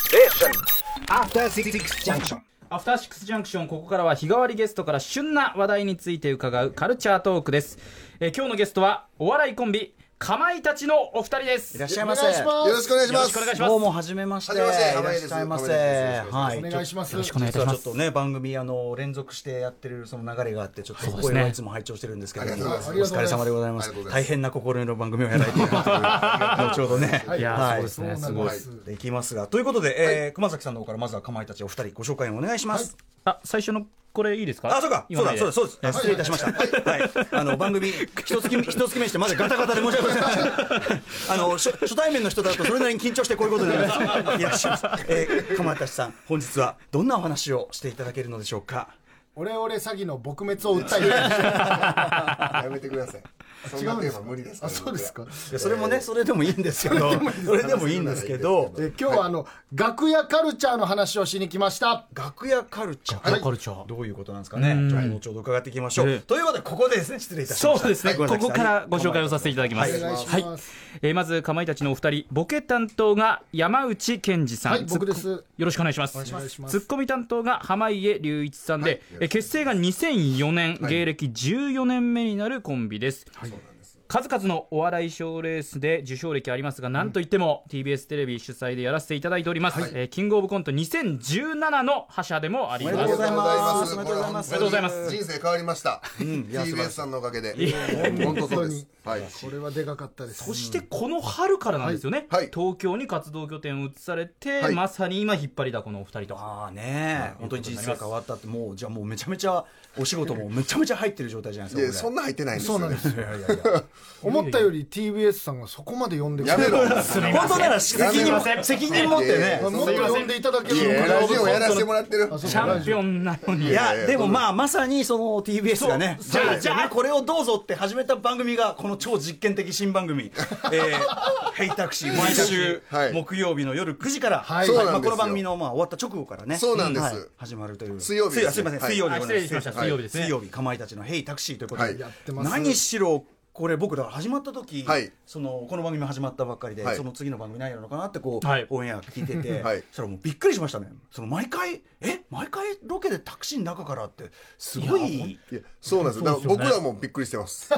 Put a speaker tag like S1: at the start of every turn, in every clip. S1: Station.
S2: After Six Junction.
S3: アフターシックスジャンクション、ここからは日替わりゲストから旬な話題について伺うカルチャートークです。えー今日のゲストは、お笑いコンビ、かまいたちのお二人です。
S4: いらっ
S3: よ
S4: しゃいませ。
S5: よろしくお願いしま
S3: ろ
S5: す。
S3: しくお願いします。
S4: どうもはじめまして。
S5: はじめまして
S4: いらっしゃいませ。
S5: 浜
S4: はい。
S5: 井
S4: お
S5: です
S4: 願
S5: よ
S4: いします。よろし
S3: くお願いいたします
S4: ちょっとね番組あの連続してやってるその流れがあってちょっと
S3: う
S4: お
S3: です
S4: 声
S3: ね
S4: はいつも拝聴してるんですけども、お
S5: ありがとうございます
S4: 疲れ様でございま
S5: あ
S4: す
S5: りがとう。ござい
S4: 大
S5: ます
S4: 変な心得の番組をやられているという後ほどね。
S3: いやー
S4: は
S3: そうですねすごい
S4: はできますがということで、えー熊崎さんの方からまずはかまいたちお二人ご紹介お願いします。
S3: あ、最初の、これいいですか
S4: あ、そうか、そうだ、そうだ、そうです。あ失礼いたしました。はい、あの番組一月目一月目にしてまだガタガタで申し訳ございません。 あの初初対面の人だとそれなりに緊張してこういうことになり ます。いらっしゃいます。えー、鎌田さん、本日はどんなお話をしていただけるのでしょうか。
S6: オレオレ詐欺の撲滅を訴えて
S5: やめてください。そんなテーマ無理です
S6: あそうですか
S4: いやそれもね、それでもいいんですけど、それでもいいんですけど、
S6: え今日はあの、楽屋カルチャーの話をしに来ました
S4: 楽屋カルチャー。
S3: はいカルチャー
S4: どういうことなんですかね。ちょっと後ほど伺っていきましょ
S3: ええ
S4: う。ということで、ここでですね、失礼いたしました。
S3: そうですね、
S4: はいごめん
S3: こ
S4: なさい
S3: こからご紹介をさせていただきます。
S6: お願いします
S3: えーまず、かまいたちのお二人、ボケ担当が山内健二さん。
S6: はい僕です
S3: ツッコよろしくお願いします。
S6: お願いします
S3: ツッコミ担当が濱家隆一さんで、えー結成が2004年、芸歴14年目になるコンビです。数々のお笑い賞レースで受賞歴ありますが、なんといっても TBS テレビ主催でやらせていただいております、えーキングオブコント2017の覇者でもあり
S4: おめで
S3: ま
S4: とうご
S3: す。
S4: ざいます
S5: ありがとうございます。
S3: おめでとうございます
S5: これは本当に人生変わりました。TBS さんのおかげで。本当そうです。はい。
S6: これはでかかったです
S3: そしてこの春からなんですよね、
S5: はいはい
S3: 東京に活動拠点を移されて、
S5: はい
S3: まさに今引っ張りだこのお二人と。
S4: ああね、本当に人生変わったって、もう、じゃあもうめちゃめちゃ、お仕事もめちゃめちゃ入ってる状態じゃない
S5: い
S4: で
S5: や、
S4: すか、
S5: そ
S4: こ
S5: んな入ってないんですよ。
S6: そうなんです
S4: れ。いやいやいや
S6: 思ったより TBS さんがそこまで呼んでく
S5: やめろ。
S4: 本当なら責任
S5: や
S4: も
S5: めろ
S4: 責任持ってね
S6: まあ。もっと呼んでいただけ
S5: い
S6: る
S5: や
S6: のか
S5: ラジオやらせてもらってる。
S3: チャンピオンなのに
S4: いや
S5: いやいや
S4: でもまあまさにその TBS がね
S3: そ
S4: じゃ
S3: うそう
S4: あじゃあこれをどうぞって始めた番組がこの超実験的新番 組「えーヘイタクシー」毎週
S5: はい
S4: 木曜日の夜9時からは
S5: そうな
S4: い
S5: んですよ
S4: まあこの番組のまあ終わった直後からね
S5: そうなんです
S4: はい始まるという
S5: 水曜日ですね
S4: すいません
S5: はい
S4: 水曜日でござい
S3: あ失礼しました水曜日ですね
S4: 水曜日かまいたちの「ヘイタクシー」ということ
S5: はい
S4: で
S5: や
S6: ってます
S4: 何しろこれ僕ら始まった時、
S5: はい
S4: そのこの番組始まったばっかりで、
S5: はい
S4: その次の番組何やるのかなってこう、
S3: はい
S4: オンエア聞いてて、
S5: はい
S4: そしたらもうびっくりしましたねその毎回え毎回ロケでタクシーの中からってすごい
S5: いやそうなんですだから僕らもびっくりしてます。び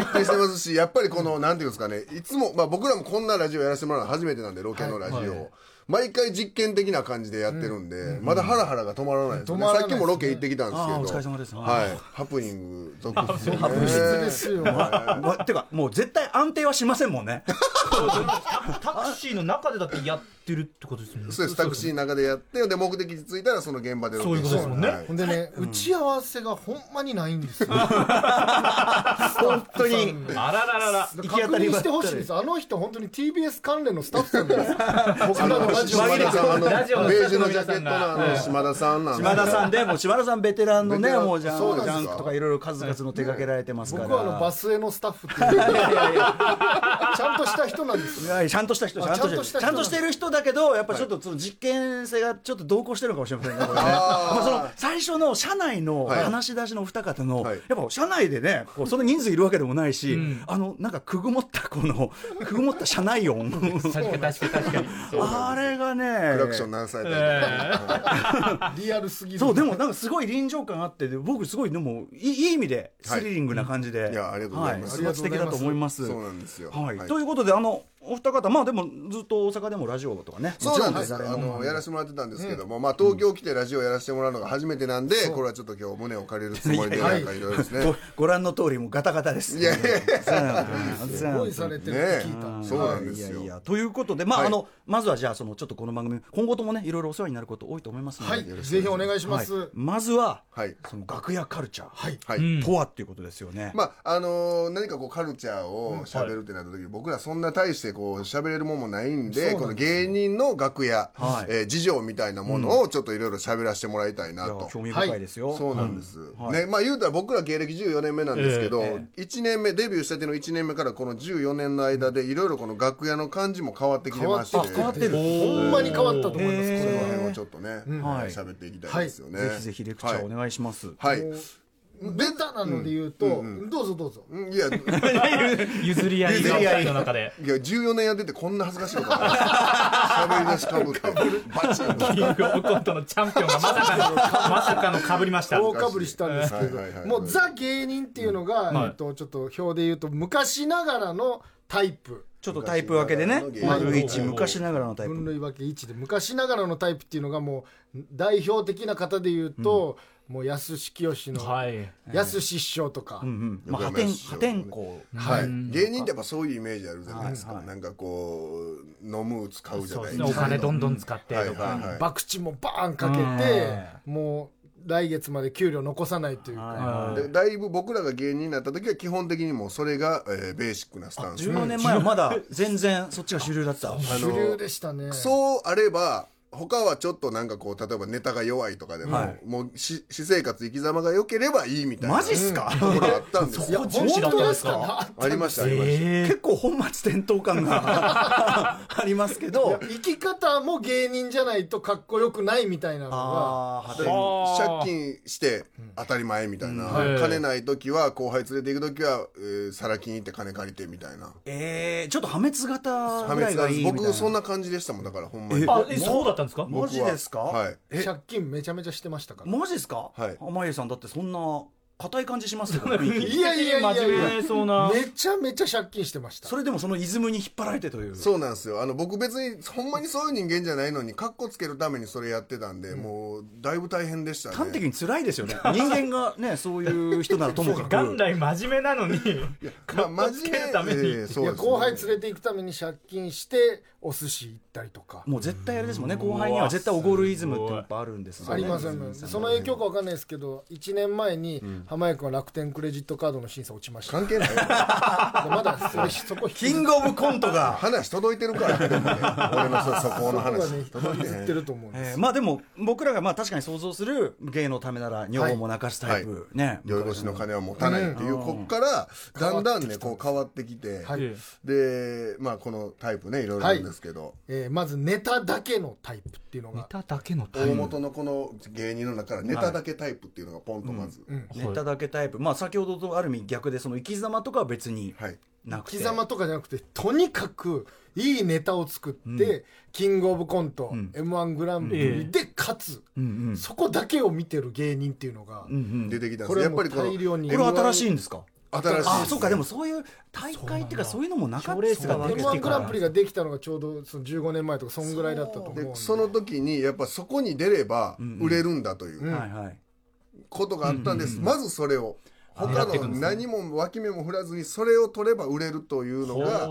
S5: っくりしてますし、やっぱりこの、なんていうんですかね、いつも、まあ僕らもこんなラジオやらせてもらうの初めてなんで、ロケのラジオ。毎回実験的な感じでやってるんで、まだハラハラが止まらないですね。
S6: 止まらない
S5: さっ
S6: ですね
S5: きもロケ行ってきたんですけど。
S4: あーお疲れ様です
S5: はい。ハプニング続出ですね。ハプ
S6: ですよ
S4: まてかもう絶対安定はしませんもん ね
S3: タクシーの中でだってやってるってことですよね
S5: そうです、タクシーの中でやって、で、目的地着いたらその現場でロケ
S3: そういうことですもんね
S5: はい
S6: ほんでね、打ち合わせがほんまにないんですよ
S4: 本当に
S3: あらららら
S4: 行き
S6: 確
S4: 当たりばっ
S6: 認したて
S4: り
S6: ほしいですあの人本当に TBS 関連のスタッフさんです僕らのラジオ
S5: 島田さん、あの、ベ
S3: ラジオのスタ
S5: ー
S3: ッ
S5: ジ
S3: フ
S5: ュ
S3: の
S5: のジ
S3: 皆
S5: ャケ
S3: さん
S5: ット
S3: が
S5: のあの、島田さんなんで。
S4: 島田さんでもう島田さんベテランの
S5: ベテ
S4: ね
S5: ラン
S4: もうジャン
S5: そうな
S4: ジ
S5: んですか
S4: ャンクとかいろいろ数々の手掛けられてますから
S6: 僕はあのバスへのスタッフっていうちゃんとした人なんで
S4: い
S6: すよ
S4: やいやちゃんとした人ちゃ
S6: あ
S4: んとした人ち
S6: ち
S4: ゃ
S6: ゃ
S4: んと
S6: んと
S4: し
S6: してた人
S4: る人だけどやっぱちょっとその実験性がちょっと同行してるのかもしれませんねこれね
S5: あ
S4: や
S5: ー
S4: っぱその最初の社内の
S5: はい
S4: 話し出しのお二方の
S5: は
S4: や
S5: い
S4: っぱ社内でねこうそんな人数いるわけでもないしあのなんかくぐもったこの くぐもった社内音
S3: 確かに確かに確かに
S4: あれがね
S5: クラクション何歳だよ
S6: リアルすぎる
S4: そうでもなんかすごい臨場感あってで僕すごいでもいいいい意味でスリリングな感じで、
S5: いいやありがとうございます
S4: はごい素敵だと思います
S5: そうなんですよ
S4: はい
S5: はい
S4: ということであのお二方まあでもずっと大阪でもラジオとかね
S5: そうなんです
S4: も
S5: あ
S4: ちろんね
S5: のやらせてもらってたんですけども、まあ、東京来てラジオやらせてもらうのが初めてなんで、これはちょっと今日胸を借りるつもりでなんかいろいろですね。
S4: ごご覧の通りもうガタガタです
S5: いやいやい
S4: す
S6: 用意されてるって聞いた
S5: ねそうなんですよ。
S4: いやいやということでまあ,、
S5: はい
S4: あのまずはじゃあそのちょっとこの番組今後ともねいろいろお世話になること多いと思いますので、
S6: はいぜひお願いします、
S4: はいまずは、
S5: はい
S4: その楽屋カルチャー、
S5: はい
S4: とはっていうことですよね、
S5: まああのー何かこうカルチャーを喋るってなった時、僕らそんな大してこう喋れるもんもないんでこの芸人の楽屋、
S4: はい
S5: えー事情みたいなものをちょっといろいろ喋らせてもらいたいない
S4: や
S5: と。
S4: 興味深いですよ、
S5: そうなんです、ねまあ言うたら僕ら芸歴14年目なんですけど、1年目デビューしたての1年目からこの14年の間でいろいろこの楽屋の感じも変わってきてまして
S4: あ変わってる
S6: ほんまに変わったと思います
S5: その
S4: へ
S5: 辺をちょっとね、
S4: はい
S5: 喋っていきたいですよね、
S4: ぜひぜひレクチャーお
S5: ね
S4: 願いします。
S5: はい、
S6: ベタなので言うと、どうぞどうぞ。
S5: うんいや、い
S3: 譲り合いがお二人の中で
S5: や、14年やっててこんな恥ずかしいことない。喋り出しかぶって。バチン と。
S3: キングオブコントのチャンピオンがまさかのまさかのかぶりました
S6: 大かぶりしたんですけ
S5: はいはいはいは
S6: ど、
S5: い
S6: もうザ芸人っていうのが、えっと、ちょっと表で言うと、昔ながらのタイプ。
S4: ちょっとタイプ分けでね
S5: 昔ながらの
S4: 丸一昔ながらのタイ
S6: 分
S4: プ
S6: 類分け1で昔ながらのタイプっていうのがもう代表的な方で言うと、もう安志清の、
S3: はい
S6: 安志師匠とか、
S4: うんまあ破天破天荒
S5: はい、芸人ってやっぱそういうイメージあるじゃないですか、なんかこう飲む使うじゃ
S3: そう
S5: な
S3: です
S5: いです
S3: ね
S5: か
S3: お金どんどん使ってと
S5: はいはい
S3: か
S5: はい
S6: 博打もバーンかけて、もう来月まで給料残さないというか、
S5: でだいぶ僕らが芸人になった時は基本的にもうそれが、えーベーシックなスタンス
S4: 14年前はまだ全然そっちが主流だった
S5: あ
S6: 主
S5: の
S6: 流でしたね。
S5: そうあれば他はちょっとなんかこう例えばネタが弱いとかでも、もうし私生活生き様が良ければいいみたいな
S4: マジっすか
S5: ところあったんですよ
S3: こ重視だったんですか
S5: ありましたありました、
S3: え
S4: 結構本末転倒感が ありますけど
S6: 生き方も芸人じゃないとかっこよくないみたいなのが
S4: ああ
S5: で
S3: はあ
S5: 借金して当たり前みたいな、
S3: うん
S5: 金ない時は後輩連れて行く時は、えー、サラ金行って金借りてみたいな
S4: えー、ちょっと破滅型
S5: 破
S4: ぐらい
S5: 滅
S4: が
S5: が
S4: いいみたいな
S5: 僕そんな感じでしたもんだからほんまに
S3: あえそうだったんですか
S4: マジですか、
S5: はい
S6: 借金めちゃめちゃしてましたから。
S4: マジですか、
S5: はい
S4: 濱家さんだってそんな硬い感じしますよ 雰囲気
S6: いやいやいやいや
S3: 真面目そうな
S6: めちゃめちゃ借金してました
S4: そ。れでもそのイズムに引っ張られてという
S5: そうなんですよあの僕別にほんまにそういう人間じゃないのにカッコつけるためにそれやってたんで、もうだいぶ大変でしたね
S4: 端的に辛いですよね人間がねそういう人ならともかく
S3: 元来真面目なのに
S5: まあ
S3: カッ コつけるために
S5: ええそう
S6: い
S5: ですね
S6: や後輩連れて行くために借金してお寿司行ったりとか
S4: もう絶対あれですもんね後輩には絶対おごるイズムってやっぱあるんですよね
S6: ありませんねその影響かわかんないですけど1年前に濱家君は楽天クレジットカードの審査落ち ました
S5: 関係ないよ
S6: まだそれそこ引
S4: キ
S6: き
S4: ングオブコントが、
S5: 話届いてるからでもね俺のそそこの
S6: がね
S5: 話届いて
S6: 譲
S5: へ
S6: っ
S5: ん
S6: てると思うんです
S4: えーまあでも僕らがまあ確かに想像する芸のためなら女房も泣かすタイプ、ね
S5: 酔い越しの金は持たないっていう、こっからだんだんねこう変わってきて、
S6: はい
S3: え
S5: でまあこのタイプねいろいろあるんですけど、
S6: えーまずネタだけのタイプっていうの
S3: ネ
S6: が
S3: タだけのタイ
S5: 大
S3: ム
S5: 元のこの芸人の中からネタだけタイプっていうのがポンとまず、
S4: ネタだけタイプまあ先ほどとある意味逆でその生き様とかは別に
S5: はい
S4: なく
S6: 生
S4: て、
S6: き様とかじゃなくてとにかくいいネタを作って、キングオブコント、m 1グランプリで勝つ、そこだけを見てる芸人っていうのが、
S5: 出てきたん
S6: こ
S5: ですやっ
S6: れはも
S5: ぱ
S6: う
S5: りこの
S6: 大量に
S4: これ新しいんですか
S5: 新しい
S4: あそうかでもそういう大会っていうかそういうのもなかった
S3: 賞レースが出てき
S6: m
S3: てから
S6: 1グランプリができたのがちょうどその15年前とかそんぐらいだったと思うんで
S5: でその時にやっぱそこに出れば売れるんだという
S4: はいはい
S5: ことがあったんです、まずそれを他の何も脇目も振らずにそれを取れば売れるというのが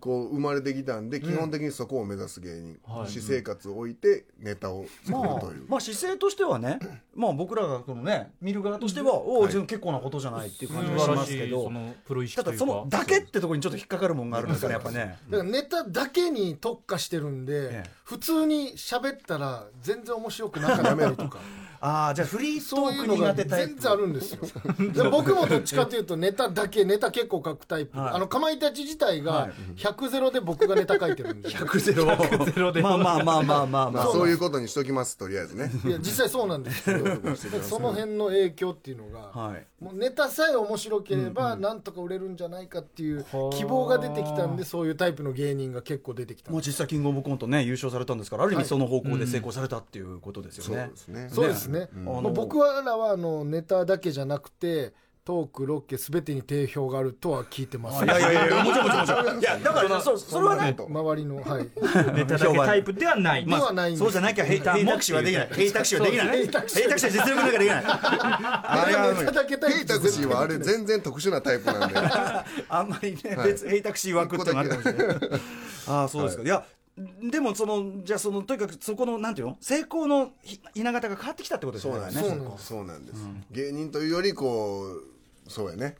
S5: こう生まれてきたんで基本的にそこを目指す芸人、私生活を置いてネタを作る
S4: まあ
S5: という、、
S4: まあ姿勢としてはね、まあ、僕らがこのね見る側としては、おお全然結構なことじゃないっていう感じがし
S3: 素晴
S4: ま
S3: ら
S4: すけ
S3: しい
S4: ど
S3: そのプロ意
S4: た
S3: 識とい
S4: だ
S3: う
S4: その
S3: か
S4: だけってところにちょっと引っかかるもんがあるんですからやっぱね
S6: だからネタだけに特化してるんで、
S4: え
S6: 普通に喋ったら全然面白くなかったり とか
S4: ああじゃあフリート
S6: そうい
S4: ー
S6: う
S4: ク
S6: の
S4: 苦
S6: が
S4: 手タイプ
S6: 全然あるんですよで僕もどっちかというとネタだけネタ結構書くタイプ、
S4: はい
S6: あのかまいたち自体が100ゼロで僕がネタ書いてるんでい
S4: 100ゼロ
S3: ロで
S4: まあまあまあまあまあま
S5: ま
S4: あ
S5: あ、そういうことにしときますとりあえずね
S6: や実際そうなんですけどその辺の影響っていうのが、
S4: はい
S6: もうネタさえ面白ければなんとか売れるんじゃないかっていう希望が出てきたんでそういうタイプの芸人が結構出てきたん
S4: も
S6: で
S4: う実際キングオブコントね優勝されたんですからある意味その方向で成功されたっていうことですよね、
S5: そうですね
S6: そうですね。
S4: んあ
S6: も
S4: の
S6: う僕はらはあのネタだけじゃなくて、トーク、ロケ、すべてに定評があるとは聞いてます。
S4: いやいやいやいやもちろんもちろんもちろんいやだからそそれはね
S6: 周りの、はい。
S3: ネタだけタイプではない
S6: ではないんです。
S4: そうじゃなきゃ平
S3: ターンも
S4: 平タクシーはできない平タクシーはできない平タクシーは実力なんかできない
S5: あれはね
S6: ネタだけタイプ
S5: ヘイタクシーはあれ全然特殊なタイプなんで
S4: あんまりね、別ヘイタクシー枠ってのあるかもしれない。ああ、そうですか。い、や、でもその、じゃあその、とにかくそこの、なんていうの成功のひ雛形が変わってきたってことです
S5: そ
S4: よ
S5: う
S4: ね。だ
S5: なんで
S4: から
S5: す
S4: ね
S5: そうなんです、芸人というよりこうそうやね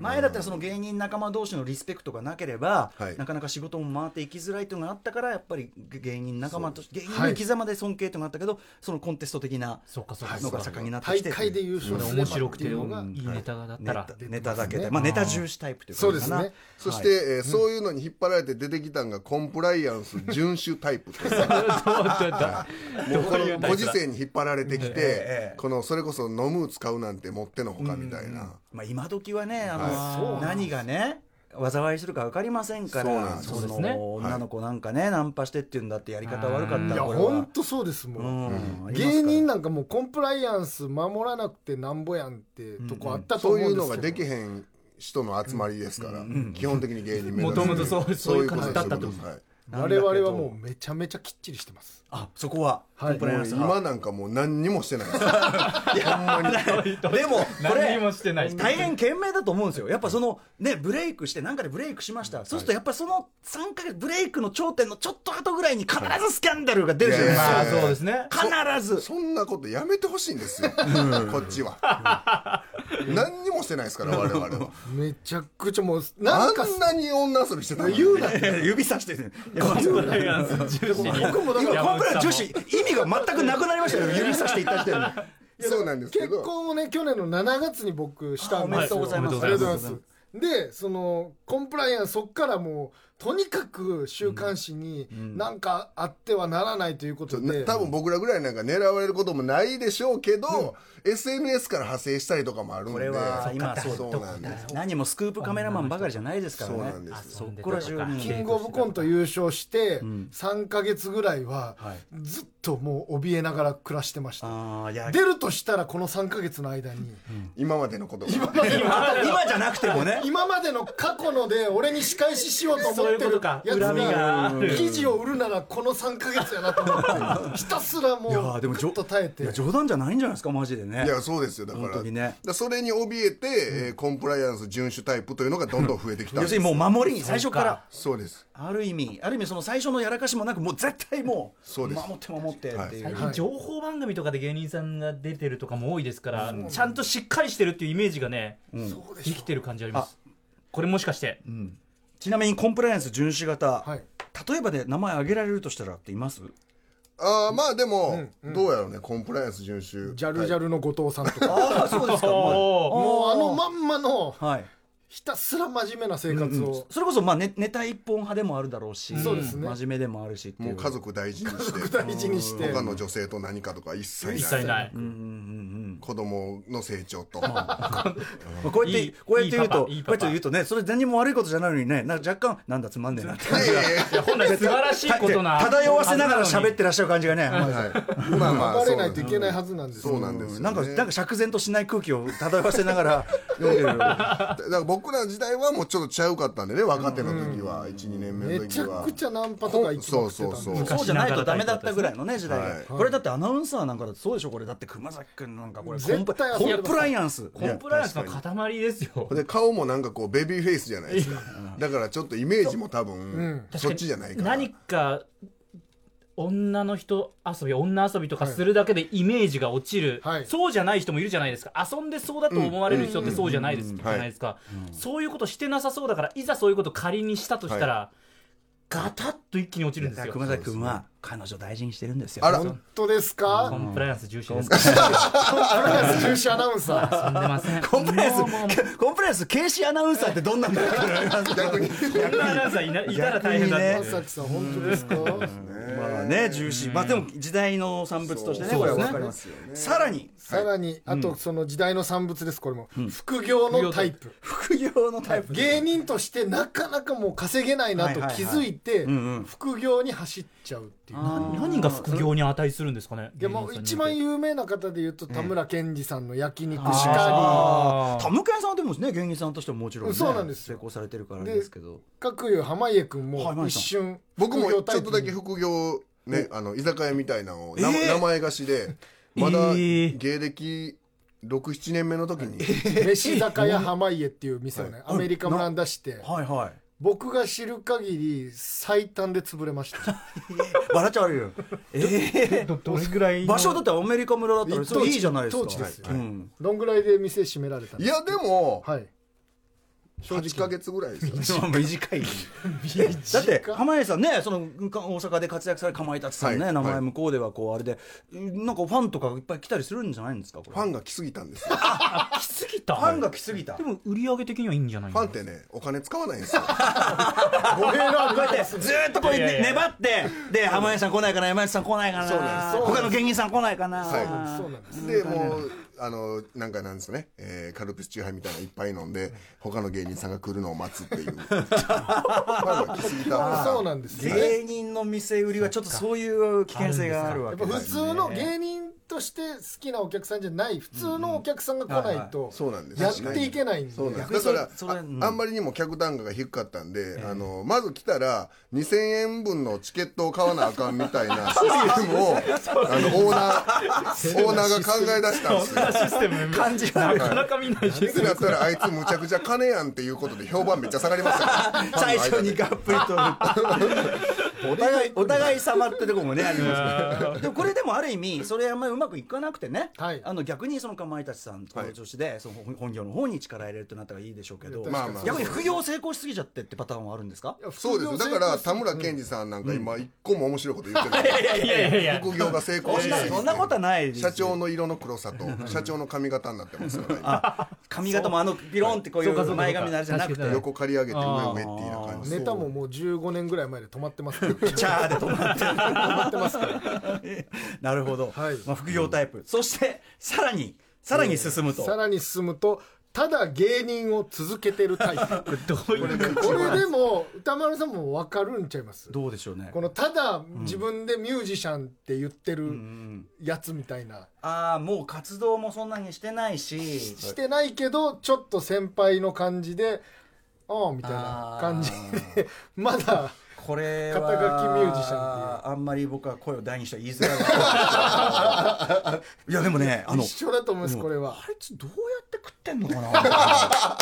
S4: 前だったらその芸人仲間同士のリスペクトがなければ、
S5: はい
S4: なかなか仕事も回っていきづらいというのがあったからやっぱり芸人仲間として芸人の生き様で尊敬というのがあったけど、そのコンテスト的な
S3: そうかそうか
S4: のが盛んになって
S6: 大
S4: きて
S6: 会で優
S3: こ
S6: 勝
S3: れ
S6: す
S3: 面
S6: れば
S3: 白
S6: っ
S3: く
S6: て
S3: てい
S6: いうのが
S3: いネタがだっ
S4: ネ
S3: たら
S4: タネタだけで、まあ、ネタ重視タイプという
S6: そう
S4: 感
S6: で
S4: じかな
S6: すね
S5: そして、えーそういうのに引っ張られて出てきたのがコンプライアンス遵守タイプと
S3: どうだ
S5: もうこ
S3: どういうタイ
S5: の
S3: プだ
S5: ご時世に引っ張られてき
S4: え
S5: てこのそれこそ飲む使うなんてもってのほかみたいな
S4: まあ、今時はねあの、
S6: はい
S4: 何がね災いするか分かりませんから
S5: そうなんです
S4: の
S3: そうですね
S4: 女の子なんかね、ナンパしてっていうんだってやり方悪かった
S6: いや
S4: これは
S6: 本当そうですもん
S4: うんありますから
S6: 芸人なんかもうコンプライアンス守らなくてなんぼやんってとこあったと
S5: そう
S6: 思
S5: いううん
S6: で
S5: の
S6: す
S5: が
S6: けど
S5: できへん人の集まりですから、基本的に芸人目指
S3: もともとそうそういう感じだったってこと
S5: そういうですはい
S6: 我々はもうめちゃめちゃきっちりしてます
S4: あそこはコ
S6: はい
S4: ンプライアンス派
S5: 今なんかもう何にもしてないですほんま に
S4: でもこ
S3: 何
S4: れ
S3: にもしてない
S4: 大変懸命だと思うんですよやっぱそのねブレイクしてなんかでブレイクしました、そうするとやっぱその3か月ブレイクの頂点のちょっと後ぐらいに必ずスキャンダルが出るじゃないですか、
S3: まあそうですね
S4: 必ず
S5: そんなことやめてほしいんですよこっちは何にもしてないですから我々は
S6: めちゃくちゃもう
S5: あ
S6: なんか
S5: んなに女遊びしてたのに
S4: 言うな 指さしてる
S3: コンプライアンス重視に
S4: 僕もだからコンプライアンス重視
S3: い
S4: 意味が全くなくなりました よ指さしていった時点で
S5: そうなんですけ
S6: 結
S5: ど
S6: 婚をね去年の7月に僕したんです
S4: あおめでと
S6: よ
S4: うございます
S6: ありがとうございますでそのコンプライアンスそっからもうとにかく週刊誌になんかあってはならないということで、
S5: な多分僕らぐらいなんか狙われることもないでしょうけど、SNS から派生したりとかもあるんで
S4: これは今
S5: そう
S4: そう
S5: そうなんです
S4: 何もスクープカメラマンばかりじゃないですからね
S5: そうなんです
S4: そこら中に
S6: キングオブコント優勝して
S4: ん
S6: 3か月ぐらいは
S4: はい
S6: ずっともう怯えながら暮らしてました
S4: ああいや
S6: 出るとしたらこの3か月の間に
S5: 今までのことが
S4: 今じゃなくてもね
S6: 今までの過去ので俺に仕返ししようと思って
S3: そういうこと
S6: る
S3: か
S6: やつ
S3: 恨みがあ
S6: が
S3: る
S6: 記事を売るならこの3か月やなと思ってひたすらも
S4: いやーで
S6: う
S4: も
S6: ちょっと耐えて
S4: いや冗談じゃないんじゃないですかマジでね
S5: いやそうですよだから
S4: 本当にね
S5: だからそれに怯えて、えーコンプライアンス遵守タイプというのがどんどん増えてきたん
S4: 要
S5: です
S4: るにもう守りに最初から
S5: そうです
S4: ある意味ある意味その最初のやらかしもなくもう絶対もう
S5: そうです
S4: 守って守ってっていう、
S3: 最近情報番組とかで芸人さんが出てるとかも多いですから、ちゃんとしっかりしてるっていうイメージがね、できてる感じありますこれもしかして、
S4: ちなみにコンプライアンス遵守型、
S6: はい
S4: 例えばで名前挙げられるとしたらっています
S5: ああまあでも、どうやろうねコンプライアンス遵守
S6: ジャルジャルの後藤さんとか
S4: ああそうですか
S3: お
S6: もうあのまんまの
S4: はい
S6: ひたすら真面目な生活を
S4: それこそまあネネタ一本派でもあるだろうし、
S6: そうですね
S4: 真面目でもあるしっていう
S5: もう家族大事にして
S6: 大事にして
S5: 他の女性と何かとか一切ない
S3: 一切ない、
S5: 子供の成長と
S4: まあこうやって
S3: いい
S4: こうやって言うと
S3: いいパ
S4: こうやって
S3: パ
S4: 言うとねそれ何も悪いことじゃないのにねなんか若干なんだつまんねえなって
S5: いやいやい
S3: いや本来素晴らしいことな
S4: 漂わせながら喋ってらっしゃる感じがね、
S5: やはいまあま
S6: 頑
S5: あ
S6: 張
S5: そ
S6: れ
S5: う
S6: な
S5: ないん
S6: と
S5: で
S6: い
S5: す
S6: けないはずなんですよ
S5: そうなんですよ、ね、
S4: なんかなんか釈然としない空気を漂わせながら読んでる
S5: だから僕らの時代はもうちょっとちゃうかったんでね若手の時は、12年目
S6: め
S5: の時
S6: ちゃ
S5: は
S6: くちゃナンパとか行きまくってたん
S5: そ
S6: で
S5: うそうそう
S4: そうじゃないとダメだったぐらいのね時代が、
S5: はい
S4: これだってアナウンサーなんかだとそうでしょこれだって熊崎君なんかこれコンプ
S6: 絶対
S4: コンプライアンス
S3: コンプライアンスの塊ですよ
S5: で顔もなんかこうベビーフェイスじゃないですかだからちょっとイメージも多分、そっちじゃないから
S3: 何か女の人遊び女遊びとかするだけでイメージが落ちる、
S6: はい
S3: そうじゃない人もいるじゃないですか遊んでそうだと思われる人ってそうじゃないです,、
S5: んうん
S3: じゃないですか、そういうことしてなさそうだからいざそういうこと仮にしたとしたら、ガタッと一気に落ちるんですよ
S4: 熊崎君は彼女大事にしてるんですよ
S5: あら
S6: 本当ですか
S3: コンプライアンス重視です
S6: あれが重視アナウンサー
S3: 遊んでません
S4: コンプライアン
S3: もうもうもう
S4: スコンプライアンス軽視アナウンサーってどんなんだろう
S5: 逆に
S3: コンプライアンスはいないたら大変だっ
S4: 逆に
S3: て
S6: 松崎さん本当ですか
S4: まあね重視まあでも時代の産物としてね
S5: そう
S4: これは
S5: そう
S4: 分かりますさらに
S6: さらにあとその時代の産物ですこれも副業のタイプ
S4: 副業のタイプ
S6: 芸人としてなかなかもう稼げないなと気づいて副業に走っちゃうっていう
S3: 何が副業に値するんですかね
S6: でもう一番有名な方で言うと田村健二さんの焼肉しか
S3: あー
S4: 田向さんはでもね芸人さんとしてももちろんね
S6: そうなんです
S4: 成
S6: よ
S4: 功されてるからあれですけど
S6: り各有濱家君
S4: はい
S6: も
S4: 濱家
S6: 一
S4: さん
S6: 瞬
S5: 僕も
S6: 副
S5: ちょ
S6: 業
S5: っ
S6: タイ
S5: と
S6: プに
S5: だけ 副業ねあの居酒屋みたいなのを、な
S4: えー
S5: 名前貸しでまだ
S3: えー
S5: 芸歴67年目の時に、
S6: 飯坂屋濱家っていう店をねアメリカ村に出して
S4: はいはい
S6: 僕が知る限り最短で潰れました。
S4: 笑っちゃ悪いよ。え
S3: どどれぐら
S4: え
S3: いの
S4: 場所だってアメリカ村だったらそれいいじゃないですか。
S6: 一等地ですよ
S4: はいうん
S6: どんぐらいで店閉められたん
S5: い
S6: です
S5: やでも
S6: かはい。
S5: 8ヶ月ぐらいですよね
S4: まあ短い。 だって濱家さんね、そのか大阪で活躍されるかまいたちさんね、
S5: はい
S4: 名
S5: は
S4: 前
S5: い
S4: 向こうではこうあれで、なんかファンとかいっぱい来たりするんじゃないんですか。これ
S5: ファンが来すぎたんですよ
S3: きすぎた
S4: ファンが来すぎた
S3: で。も売り上げ的にはいいんじゃない
S5: ファンってねお金使わないんですよ
S6: 語弊のあ
S4: こうや
S6: る
S4: って ずーっとこう
S3: いやいやいや
S4: 粘ってで濱家さん来ないかな山内さん来ないかな
S5: そうなん
S6: です
S4: 他の芸人さん来ないかな、
S5: はい
S6: そうなんです。
S5: でもうあのなんかなんですかね、えーカルピスチューハイみたいないっぱい飲んで他の芸人さんが来るのを待つっていう ファンが来すぎた
S6: そうなんですよね。
S4: 芸人の店売りはちょっとそういう危険性があるわ
S6: や
S4: け
S6: っぱ
S4: で
S6: 普
S4: す
S6: 通の芸人として好きなお客さんじゃない普通のお客さんが来ないと
S5: そうなんです
S6: やっていけないんで
S5: そうなん
S4: 逆
S5: で
S4: に
S5: す
S4: そ
S5: だ
S4: れ
S5: から
S4: それ
S5: あ,、
S4: うん
S5: んまりにも客単価が低かったんで、あのまず来たら2000円分のチケットを買わなあかんみたいなシステム をあのオーナーオーナーが考え出したんですよ
S3: システム
S4: 感じがあ
S3: な
S4: る
S3: かなか見ないし
S5: ってなったらあいつむちゃくちゃ金やんっていうことで評判めっちゃ下がりましたから
S4: 最初 にがっぷりとるお互いお互い様ってとこもねありますけどでもこれでもある意味それあんまりうまくいかなくてね、
S6: はい
S4: あの逆にそのかまいたちさんとの調子でその本本業の方に力入れるとなったらいいでしょうけど、
S5: まあまあ
S4: 逆に副業成功しすぎちゃってってパターンはあるんですか
S5: そうですだから田村健二さんなんか今一個も面白いこと言ってない
S3: いやいやいや
S5: 副業が成功
S4: そ
S5: し
S4: んな
S5: すぎて
S4: そんなことはないですよ
S5: 社長の色の黒さと社長の髪型になってますから
S4: 髪型もあのビロンってこうい
S3: そうかそう
S4: う
S3: か
S4: 前髪のあれじゃなくて
S5: 今横刈り上げて上上っていうような感じ
S6: ネタももう15年ぐらい前で止まっ てますから
S4: チャーで止まって る
S6: 止まってますから
S4: なるほど、
S6: はい
S4: まあ、副業タイプ、そしてさらにさらに進むと、
S6: さらに進むとただ芸人を続けてるタイプ
S3: どういう
S6: これでも歌丸さんも分かるんちゃいます
S4: どうでしょうね
S6: このただ自分でミュージシャンって言ってるやつみたいな
S4: ああもう活動もそんなにしてないし
S6: してないけどちょっと先輩の感じでああみたいな感じで まだ
S4: これは
S6: 肩書きミュージシャンって
S4: あんまり僕は声を大にしては言いづらいいやでもねあの
S6: 一緒だと思いますこれは
S4: あいつどうやって食ってんのかな あ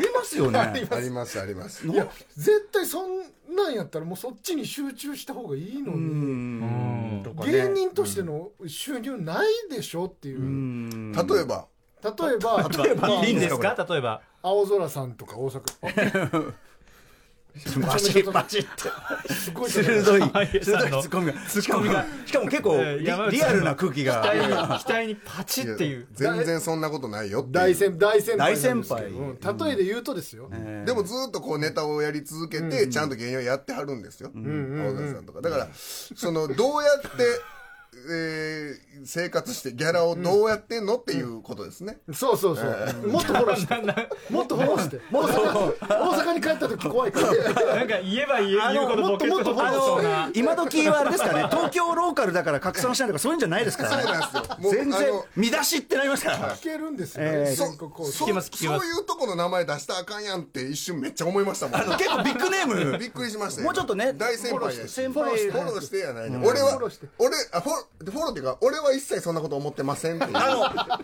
S4: りますよね
S5: ありますあります
S6: いや絶対そんなんやったらもうそっちに集中した方がいいの
S4: う
S6: に
S4: んとかね
S6: 芸人としての収入ないでしょっていう、
S4: うん
S5: 例えば
S6: 例えば
S4: 例えば
S6: まあ
S4: いいん
S3: ですか例えば
S6: 青空さんとか大阪
S4: バシッバシッて
S6: すごいじゃな い
S4: 鋭い
S3: 濱家
S4: 鋭
S3: さん
S4: い
S3: の
S4: ツッコミがツッコミがしかも結構
S3: えー
S4: リ
S3: 山内
S4: リ
S3: さん
S4: ア
S3: の
S4: ルな空気が
S3: 期待に期待にパチっていう
S5: 全然そんなことないよっていう
S6: 大先大先輩なんですけ
S4: 大
S6: ど
S4: 先
S6: うん例えで言うとですよ、
S5: でもずっとこうネタをやり続けて、ちゃんと芸人をやってはるんですよ、青田さんとか。だから、その、どうやって、えー生活して、ギャラをどうやってんのっていうことですね。
S6: そうそうそう、もっとフォロ ーしてもっとフォローして大阪大阪に帰った 時怖いから
S3: なんか言えば言え言うほど
S6: もっ
S3: ボ
S6: と
S3: ケ
S6: もっと
S3: そう
S6: も
S3: な
S6: っと
S4: あ
S6: そう
S4: の今時はあれですかね東京ローカルだから拡散しないとかそういうんじゃないですからね
S5: そうなんですよもう
S4: 全
S5: あ
S4: 然
S5: の
S4: 見出しってなりますから、
S6: 聞けるんですよ、
S4: えー
S5: そ
S6: 全国公
S5: そ
S6: 演
S3: きます聞きます
S5: そういうとこの名前出したらあかんやんって一瞬めっちゃ思いましたもん。
S4: 結構ビッグネーム
S5: びっくりしましたよ
S4: もうちょっとね
S5: 大先輩やし。
S4: 先輩
S5: フォローしてやないね。俺は
S6: フォローして、
S5: 俺、あ、フォロー、フォローっていうか、俺は一切そんなこと思ってませんっていう。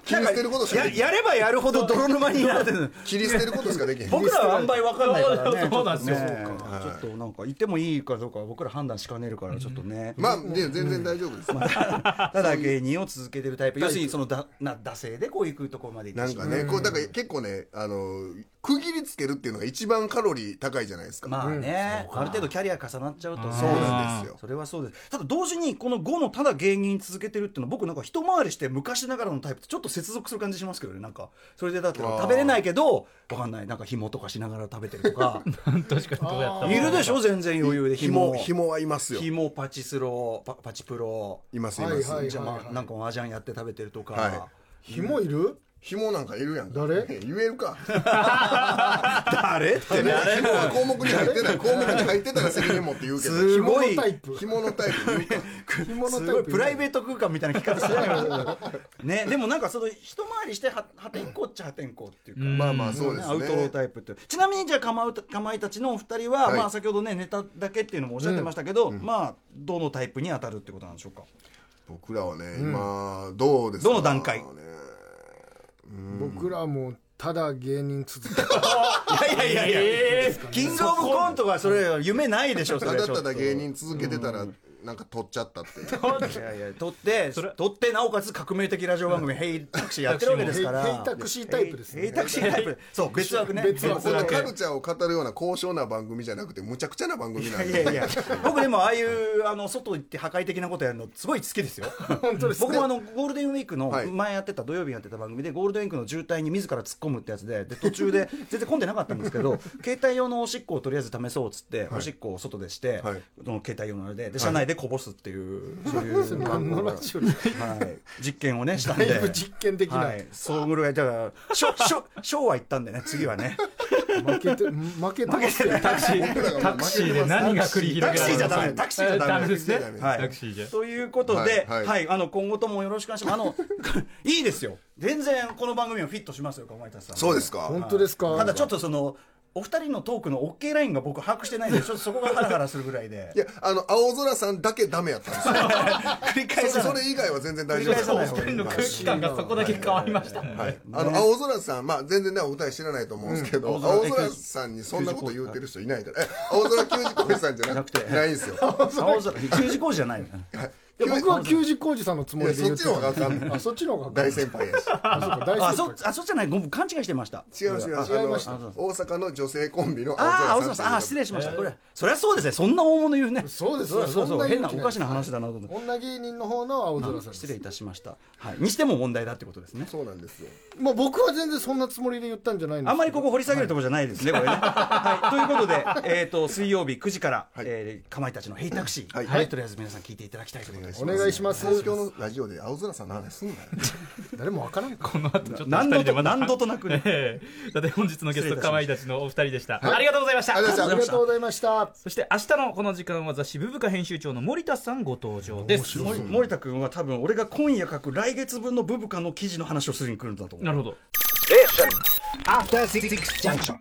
S5: 切り捨てることしか
S4: や
S5: できない。
S4: やればやるほど泥沼になってる
S5: 切り捨てることしかできへん。
S4: 僕らはあんまり分かんないからね
S3: そうなんですよ
S4: ちょっとねちょっとなんか言ってもいいかどうかは僕ら判断しかねるからちょっとね、
S5: まあ、で全然大丈夫です。
S4: ただ芸人を続けてるタイプ要するにそのだな惰性でこう行くところまで行っ
S5: な
S4: て
S5: ん
S4: しま
S5: か
S4: う
S5: ね、こうだから結構ね、あの区切りつけるっていうのが一番カロリー高いじゃないですか。
S4: まあね、ある程度キャリア重なっちゃうとね、
S5: そうなんですよ
S4: それはそうです。ただ同時にこの5のただ芸人続けてるっていうのは僕なんか一回りして昔ながらのタイプとちょっと接続する感じしますけどねなんかそれでだって食べれないけどわかんないなんか紐とかしながら食べてるとか
S3: 確かにどうやった
S4: いるでしょ全然余裕で
S5: 紐
S4: 紐
S5: 紐はいますよ。
S4: 紐パチスロパパチプロ
S5: いますいます。
S6: はいはい
S4: じゃあまあなんか麻雀やって食べてるとか、
S5: は
S6: 紐いる
S5: 紐なんかいるやんか。
S6: 誰
S5: 言えるか。
S4: 誰って
S5: 紐
S4: ね
S5: は項目に入ってない。項目に入ってたら責任持って言うけど。
S4: すごい
S6: 紐のタイプ
S5: 紐のタイプ言うか。
S6: 紐の
S4: す
S6: タ
S4: ご
S6: イ
S4: い
S6: プ
S4: プライベート空間みたいな聞き方するよ ねでもなんかその一回りしては破天荒っちゃ破天荒っていうか、
S5: まあまあそうです
S4: アウトロー
S5: ね。
S4: タイプってちなみにじゃあかまうたかまいたちのお二人は、
S5: はい
S4: まあ先ほどねネタだけっていうのもおっしゃってましたけど、まあどのタイプに当たるってことなんでしょうか
S5: 僕らはね、今どうですか。
S4: どの段階
S5: ね
S6: 僕らもただ芸人続け
S4: いやいやいやいや、
S3: ええ
S4: キングオブコントはそれ夢ないでしょそ
S5: た
S4: れ
S5: だ
S4: ちょっと
S5: ただ芸人続けてたら、なんか取っちゃったっていう。
S4: いやいや撮って撮ってなおかつ革命的ラジオ番組「ヘイタクシー」やってるわけですから
S6: ヘイヘイタクシータイプですね
S4: ヘイヘイタクシータイプそう別枠ね
S6: 別枠
S5: このカルチャーを語るような高尚な番組じゃなくて、むちゃくちゃな番組なん
S4: い
S5: で。
S4: やいや僕でもああいうあの外行って破壊的なことやるのすごい好きですよ
S6: 本当です
S4: 僕もあのゴールデンウィークの
S5: はい
S4: 前やってた土曜日やってた番組でゴールデンウィークの渋滞に自ら突っ込むってやつでで途中 で全然混んでなかったんですけど携帯用のおしっこをとりあえず試そうっつって、おしっこを外でして、
S5: はい
S4: その携帯用のあれでで車内でこぼすっていう、そういう
S6: 何のラジオです
S4: はい、実験をねしたん
S6: だ
S4: で
S6: いぶ実験的な、
S4: はい、そうぐらいだからしょしょ 昭和行ったんでね次はね
S6: 負けて負けてますよ
S3: タクシ
S5: 僕らがも
S3: ータ
S5: う
S3: クシーで何が繰り広げられ
S4: タクシー
S3: るのか
S4: じゃダメタクシーじゃダメ
S3: ダメですね
S5: タクシーじゃダメ
S4: はい
S3: タクシーじゃ
S4: ということで、は
S5: はいいはい
S4: あの今後ともよろしくお願いしますあの いいですよ全然この番組もフィットしますよかまいたちさん
S5: そうですか。
S6: 本当ですか
S4: ただちょっとそのお二人のトークの OK ラインが僕把握してないんでちょっとそこがハラハラするぐらいで
S5: いや、あの、青空さんだけダメやったんですよ。
S4: 繰り返
S5: そ
S4: さ
S5: れそ
S4: ない
S5: れ以外は全然大丈夫です。
S4: 繰り返
S3: お二人の空気感がそこだけ変わりましたもんね
S5: あの青空さん、まあ、全然ね、お二人知らないと思うんですけど、
S4: うん青
S5: 青
S4: 空
S5: 空さんにそんなこと言うてる人いないから、え青空球児工事さんじゃなく
S4: じゃなく
S5: て、
S4: て
S5: ないんですよ。
S4: 青空十字工事じゃないの
S6: いや僕は球児工事さんのつもりで言ってた
S5: いやそっちの方があかん
S6: あそっちの方が
S5: 大先輩やし。
S6: あそうか大先輩
S4: あそあそっちじゃないごめん勘違いしてました
S5: 違う違う、
S6: 違いました
S5: あの大阪の女性コンビの
S4: ああ
S5: 青
S4: 青
S5: 空
S4: 空
S5: さ
S4: さ
S5: ん。
S4: んあ失礼しましたこれそりゃそうですねそんな大物言うね
S6: そうです
S4: そうそうそ
S6: そんな
S4: う
S6: 勇気
S4: 変な
S6: ない
S4: おかしな話だなと思って
S6: 女芸人の方の青空さんです
S4: 失礼いたしました、はい、にしても問題だってことですね
S5: そうなんですよ。
S6: まあ僕は全然そんなつもりで言ったんじゃないんです
S4: あんまりこ
S6: こ
S4: こ掘り下げるところじゃないですね、これね、はい、ということで、えー、と水曜日9時から、えーかまいたちの「ヘイタクシー」
S5: はい
S4: とりあえず皆さん聞いていただきたいと思います
S6: お願いします
S5: 東京のラジオで青空さんの話すんなよ。
S6: 誰もわからんか
S3: この後ちょっと
S4: 何
S3: 二人
S4: 度
S3: で
S4: と
S3: まだ
S4: 何度となくね
S3: ええだって本日のゲス
S4: 失礼いたしまし
S3: ト
S4: た
S3: かまいたちのお二人でしたありがとうございました
S5: ありがとうございました
S6: ありがとうございました
S3: そして明日のこの時間は雑誌「ブブカ」編集長の森田さんご登場です
S4: 森森田君は多分俺が今夜書く来月分のブブカの記事の話をするに来るんだと思う
S3: なるほど
S2: After Six Junction.